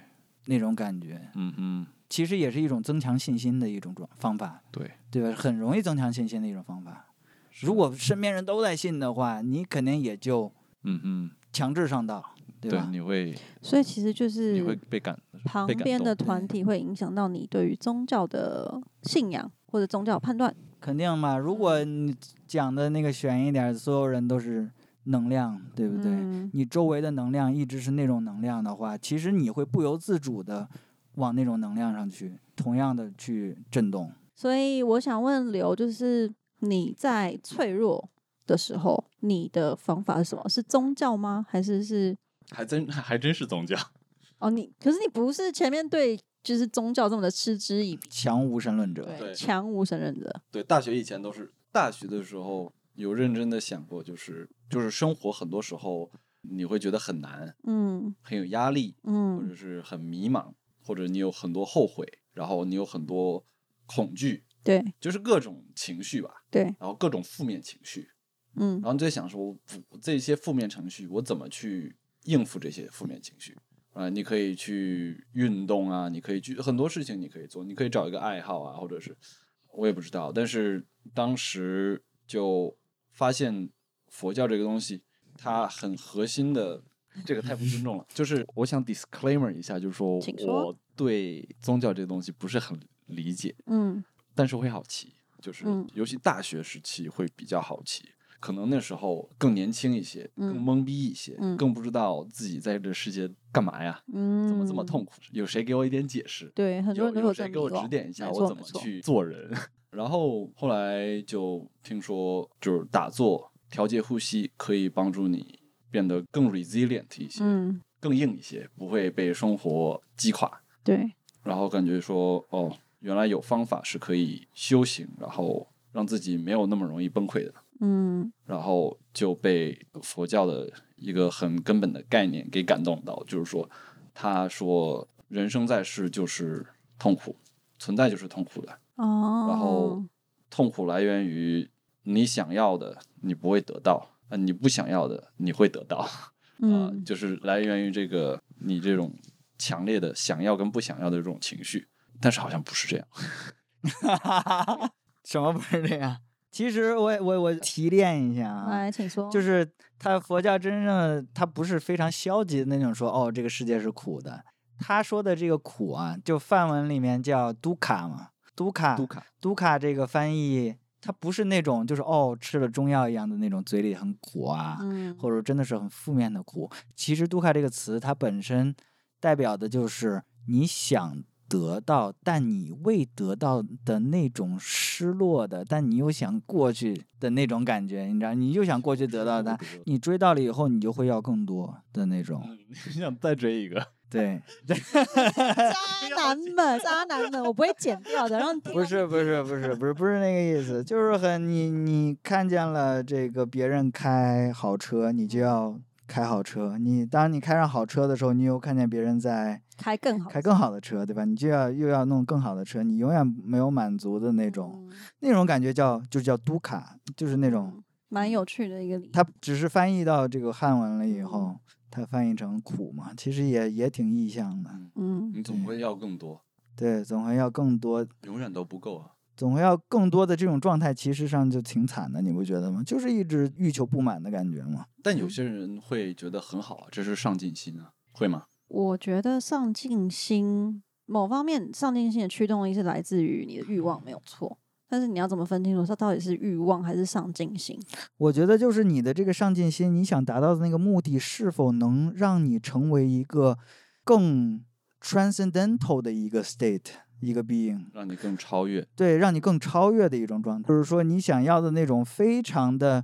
Speaker 1: 那种感觉，
Speaker 2: 嗯哼，
Speaker 1: 其实也是一种增强信心的一种状方法，
Speaker 2: 对。
Speaker 1: 对吧？很容易增强信心的一种方法。
Speaker 2: 是
Speaker 1: 如果身边人都在信的话，你肯定也就
Speaker 2: 嗯嗯，
Speaker 1: 强制上道，对
Speaker 2: 对
Speaker 1: 吧，？
Speaker 2: 你会
Speaker 3: 所以其实就是
Speaker 2: 你会被感
Speaker 3: 旁
Speaker 2: 被感
Speaker 3: 边的
Speaker 2: 动
Speaker 3: 团体会影响到你对于宗教的信仰或者宗教判断。
Speaker 1: 肯定嘛。如果你讲的那个悬一点儿，所有人都是能量，对不对？
Speaker 3: 嗯
Speaker 1: 你周围的能量一直是那种能量的话，其实你会不由自主的往那种能量上去，同样的去震动。
Speaker 3: 所以我想问刘，就是你在脆弱的时候，你的方法是什么？是宗教吗？还是是
Speaker 5: 还真还真是宗教。
Speaker 3: 哦？你可是你不是前面对就是宗教这么的嗤之以鼻，
Speaker 1: 强无神论者，
Speaker 5: 对
Speaker 3: 强无神论者。
Speaker 2: 对，大学以前都是大学的时候有认真的想过，就是就是生活很多时候你会觉得很难，
Speaker 3: 嗯
Speaker 2: 很有压力，或
Speaker 3: 嗯，
Speaker 2: 者是很迷茫，或者你有很多后悔，然后你有很多恐惧，
Speaker 3: 对
Speaker 2: 就是各种情绪吧，
Speaker 3: 对，
Speaker 2: 然后各种负面情绪，
Speaker 3: 嗯
Speaker 2: 然后你就在想说，我我这些负面情绪我怎么去应付这些负面情绪？啊、你可以去运动啊，你可以去很多事情，你可以做，你可以找一个爱好啊，或者是我也不知道。但是当时就发现佛教这个东西，它很核心的，这个太不尊重了。就是我想 disclaimer 一下，就是说
Speaker 3: 请说
Speaker 2: 我对宗教这个东西不是很理解，
Speaker 3: 嗯
Speaker 2: 但是会好奇，就是
Speaker 3: 嗯
Speaker 2: 尤其大学时期会比较好奇，可能那时候更年轻一些，
Speaker 3: 嗯
Speaker 2: 更懵逼一些，
Speaker 3: 嗯
Speaker 2: 更不知道自己在这世界干嘛呀，
Speaker 3: 嗯，
Speaker 2: 怎么这么？痛苦？有谁给我一点解释？
Speaker 3: 对，很多
Speaker 2: 有
Speaker 3: 人
Speaker 2: 有
Speaker 3: 都会有这
Speaker 2: 谁
Speaker 3: 种
Speaker 2: 给我
Speaker 3: 迷惘
Speaker 2: 指点一下，
Speaker 3: 没
Speaker 2: 我
Speaker 3: 错
Speaker 2: 怎么
Speaker 3: 没错
Speaker 2: 去做人？ 然后后来就听说，就是打坐调节呼吸，可以帮助你变得更 resilient 一些，
Speaker 3: 嗯，
Speaker 2: 更硬一些，不会被生活击垮。
Speaker 3: 对，
Speaker 2: 然后感觉说，哦，原来有方法是可以修行，然后让自己没有那么容易崩溃的。
Speaker 3: 嗯
Speaker 2: 然后就被佛教的一个很根本的概念给感动到，就是说，他说人生在世就是痛苦，存在就是痛苦的，
Speaker 3: 哦，
Speaker 2: 然后痛苦来源于你想要的你不会得到，呃，你不想要的你会得到，啊、
Speaker 3: 嗯
Speaker 2: 就是来源于这个你这种强烈的想要跟不想要的这种情绪，但是好像不是这样，
Speaker 1: 什么不是这样？其实我也我我提炼一下啊，
Speaker 3: 来，请说，
Speaker 1: 就是是他佛教真正的他不是非常消极的那种说哦这个世界是苦的，他说的这个苦啊，就梵文里面叫都卡嘛，都卡
Speaker 2: 都卡，
Speaker 1: 都卡这个翻译，它不是那种就是哦吃了中药一样的那种嘴里很苦啊，
Speaker 3: 嗯
Speaker 1: 或者真的是很负面的苦。其实“都卡”这个词，它本身代表的就是你想得到，但你未得到的那种失落的，但你又想过去的那种感觉，你知道，你又想过去得到它， 你追到了以后，你就会要更多的那种。
Speaker 5: 嗯，想再追一个，
Speaker 1: 对，
Speaker 3: 渣男们，渣男们，我不会剪掉的，让你听
Speaker 1: 不是不是不是不是不是那个意思，就是很你你看见了这个别人开好车，你就要开好车。你当你开上好车的时候，你又看见别人在
Speaker 3: 开更好，
Speaker 1: 开更好的车，对吧？你就要又要弄更好的车，你永远没有满足的那种，
Speaker 3: 嗯
Speaker 1: 那种感觉叫就叫都卡，就是那种
Speaker 3: 蛮有趣的一个理
Speaker 1: 它只是翻译到这个汉文了以
Speaker 3: 嗯
Speaker 1: 后，它翻译成苦嘛，其实也也挺意象的。
Speaker 3: 嗯，
Speaker 2: 你总会要更多，
Speaker 1: 对，总会要更多
Speaker 2: 永远都不够啊。
Speaker 1: 总会要更多的这种状态，其实上就挺惨的，你不觉得吗？就是一直欲求不满的感觉嘛。
Speaker 2: 但有
Speaker 5: 嗯
Speaker 2: 些人会觉得很好啊，这是上进心啊，会吗？
Speaker 3: 我觉得上进心某方面上进心的驱动力是来自于你的欲望，没有错。但是你要怎么分清楚，它到底是欲望还是上进心？
Speaker 1: 我觉得就是你的这个上进心，你想达到的那个目的，是否能让你成为一个更 transcendental 的一个 state，一个 being，
Speaker 2: 让你更超越。
Speaker 1: 对，让你更超越的一种状态。就是说，你想要的那种非常的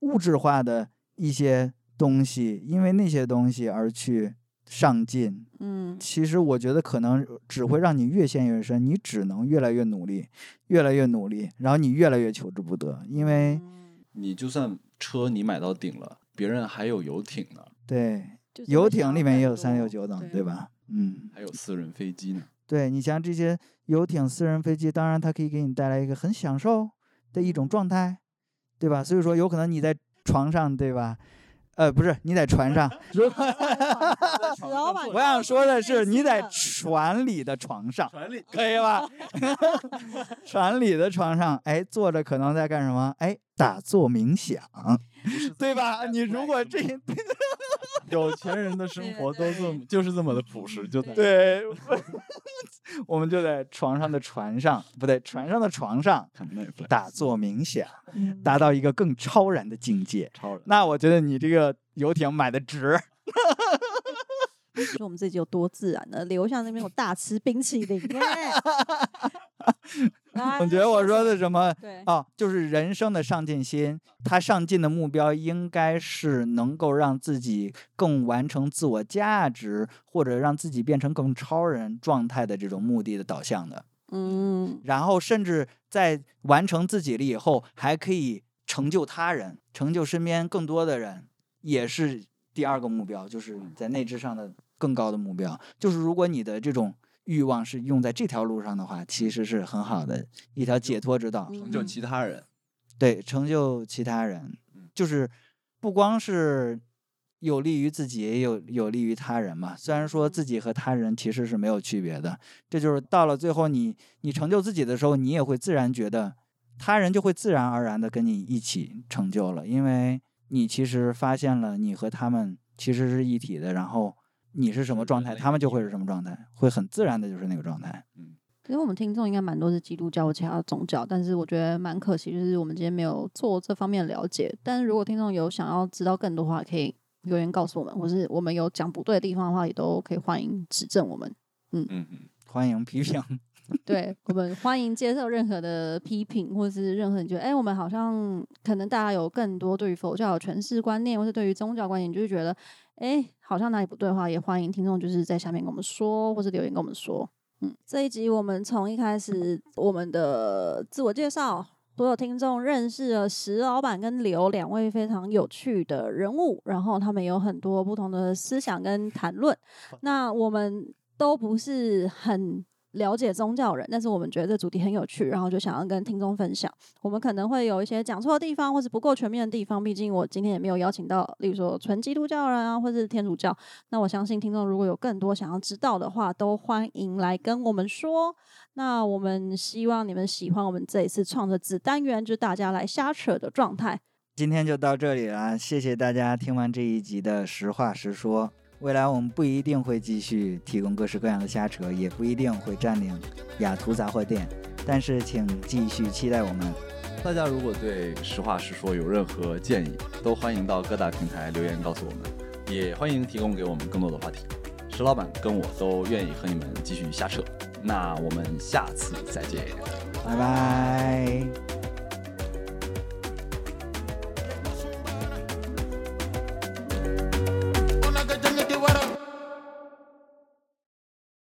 Speaker 1: 物质化的一些东西，因为那些东西而去上进，
Speaker 3: 嗯
Speaker 1: 其实我觉得可能只会让你越陷越深，你只能越来越努力，越来越努力，然后你越来越求之不得，因为
Speaker 3: 嗯
Speaker 2: 你就算车你买到顶了，别人还有游艇呢，
Speaker 1: 对
Speaker 3: 就是
Speaker 1: 游
Speaker 3: 会想
Speaker 1: 艇里
Speaker 3: 要
Speaker 1: 面也
Speaker 3: 更
Speaker 1: 有三六
Speaker 3: 多
Speaker 1: 九等，
Speaker 3: 对
Speaker 1: 对吧？嗯，
Speaker 2: 还有私人飞机呢。
Speaker 1: 对你像这些游艇、私人飞机，当然它可以给你带来一个很享受的一种
Speaker 3: 嗯
Speaker 1: 状态，对吧？所以说，有可能你在床上，对吧？呃，不是，你在船 上。如果
Speaker 3: 老板，
Speaker 1: 我想说的是，你在船里的床上。
Speaker 5: 船里
Speaker 1: 可以吧？ 船里的床上，哎，坐着可能在干什么？哎，打坐冥想， 对吧？你如果 这
Speaker 5: 有钱人的生 活都这么就是这么的朴实，就在
Speaker 1: 对， 我们就在床上的船上，不对，船上的床上
Speaker 2: 看 Netflix
Speaker 1: 打坐冥想，
Speaker 3: 嗯
Speaker 1: 达到一个更超然的境界。
Speaker 2: 超人，
Speaker 1: 那我觉得你这个游艇买的值。
Speaker 3: 说我们自己有多自然呢？留下那边有大吃冰淇 淋耶啊来
Speaker 1: 总觉得我说的什 么？
Speaker 3: 对，
Speaker 1: 哦，就是人生的上进心，他上进的目标应该是能够让自己更完成自我价值，或者让自己变成更超人状态的这种目的的导向的。
Speaker 3: 嗯
Speaker 1: 然后，甚至在完成自己了以后，还可以成就他人，成就身边更多的人，也是第二个目标，就是在内置上的更高的目标。就是如果你的这种欲望是用在这条路上的话，其实是很好的一条解脱之道。
Speaker 2: 成就其他人。
Speaker 1: 对，成就其他人
Speaker 2: 嗯，
Speaker 1: 就是不光是有利于自己，也有有利于他人嘛。虽然说自己和他人其实是没有区别的，这就是到了最后你，你成就自己的时候，你也会自然觉得他人就会自然而然的跟你一起成就了，因为你其实发现了你和他们其实是一体的，然后你是什么
Speaker 2: 是
Speaker 1: 状
Speaker 2: 人
Speaker 1: 态，
Speaker 2: 类
Speaker 1: 他
Speaker 2: 的
Speaker 1: 们就
Speaker 2: 一
Speaker 1: 会是什么状态，会很自然的就是那个状态。
Speaker 3: 其实我们听众应该蛮多是基督教或其他的宗教，但是我觉得蛮可惜，就是我们今天没有做这方面的了解。但是如果听众有想要知道更多的话，可以留言告诉我们，或是我们有讲不对的地方的话，也都可以欢迎指正我们。
Speaker 2: 嗯嗯，
Speaker 1: 欢迎批评，
Speaker 3: 对我们欢迎接受任何的批评，或是任何你觉得，哎、我们好像可能大家有更多对于佛教的诠释观念，或是对于宗教观念，你就是觉得，哎、好像哪里不对的话，也欢迎听众就是在下面跟我们说，或是留言跟我们说。嗯，这一集我们从一开始我们的自我介绍，所有听众认识了石老板跟刘两位非常有趣的人物，然后他们有很多不同的思想跟谈论。那我们都不是很了解宗教人，但是我们觉得这主题很有趣，然后就想要跟听众分享。我们可能会有一些讲错的地方，或是不够全面的地方。毕竟我今天也没有邀请到，例如说纯基督教人啊，或是天主教。那我相信听众如果有更多想要知道的话，都欢迎来跟我们说。那我们希望你们喜欢我们这一次创的子单元，就是大家来瞎扯的状态。
Speaker 1: 今天就到这里啦，谢谢大家听完这一集的实话实说。未来我们不一定会继续提供各式各样的瞎扯，也不一定会占领雅图杂货店，但是请继续期待我们。
Speaker 2: 大家如果对实话实说有任何建议，都欢迎到各大平台留言告诉我们，也欢迎提供给我们更多的话题。石老板跟我都愿意和你们继续瞎扯，那我们下次再见。
Speaker 1: 拜拜。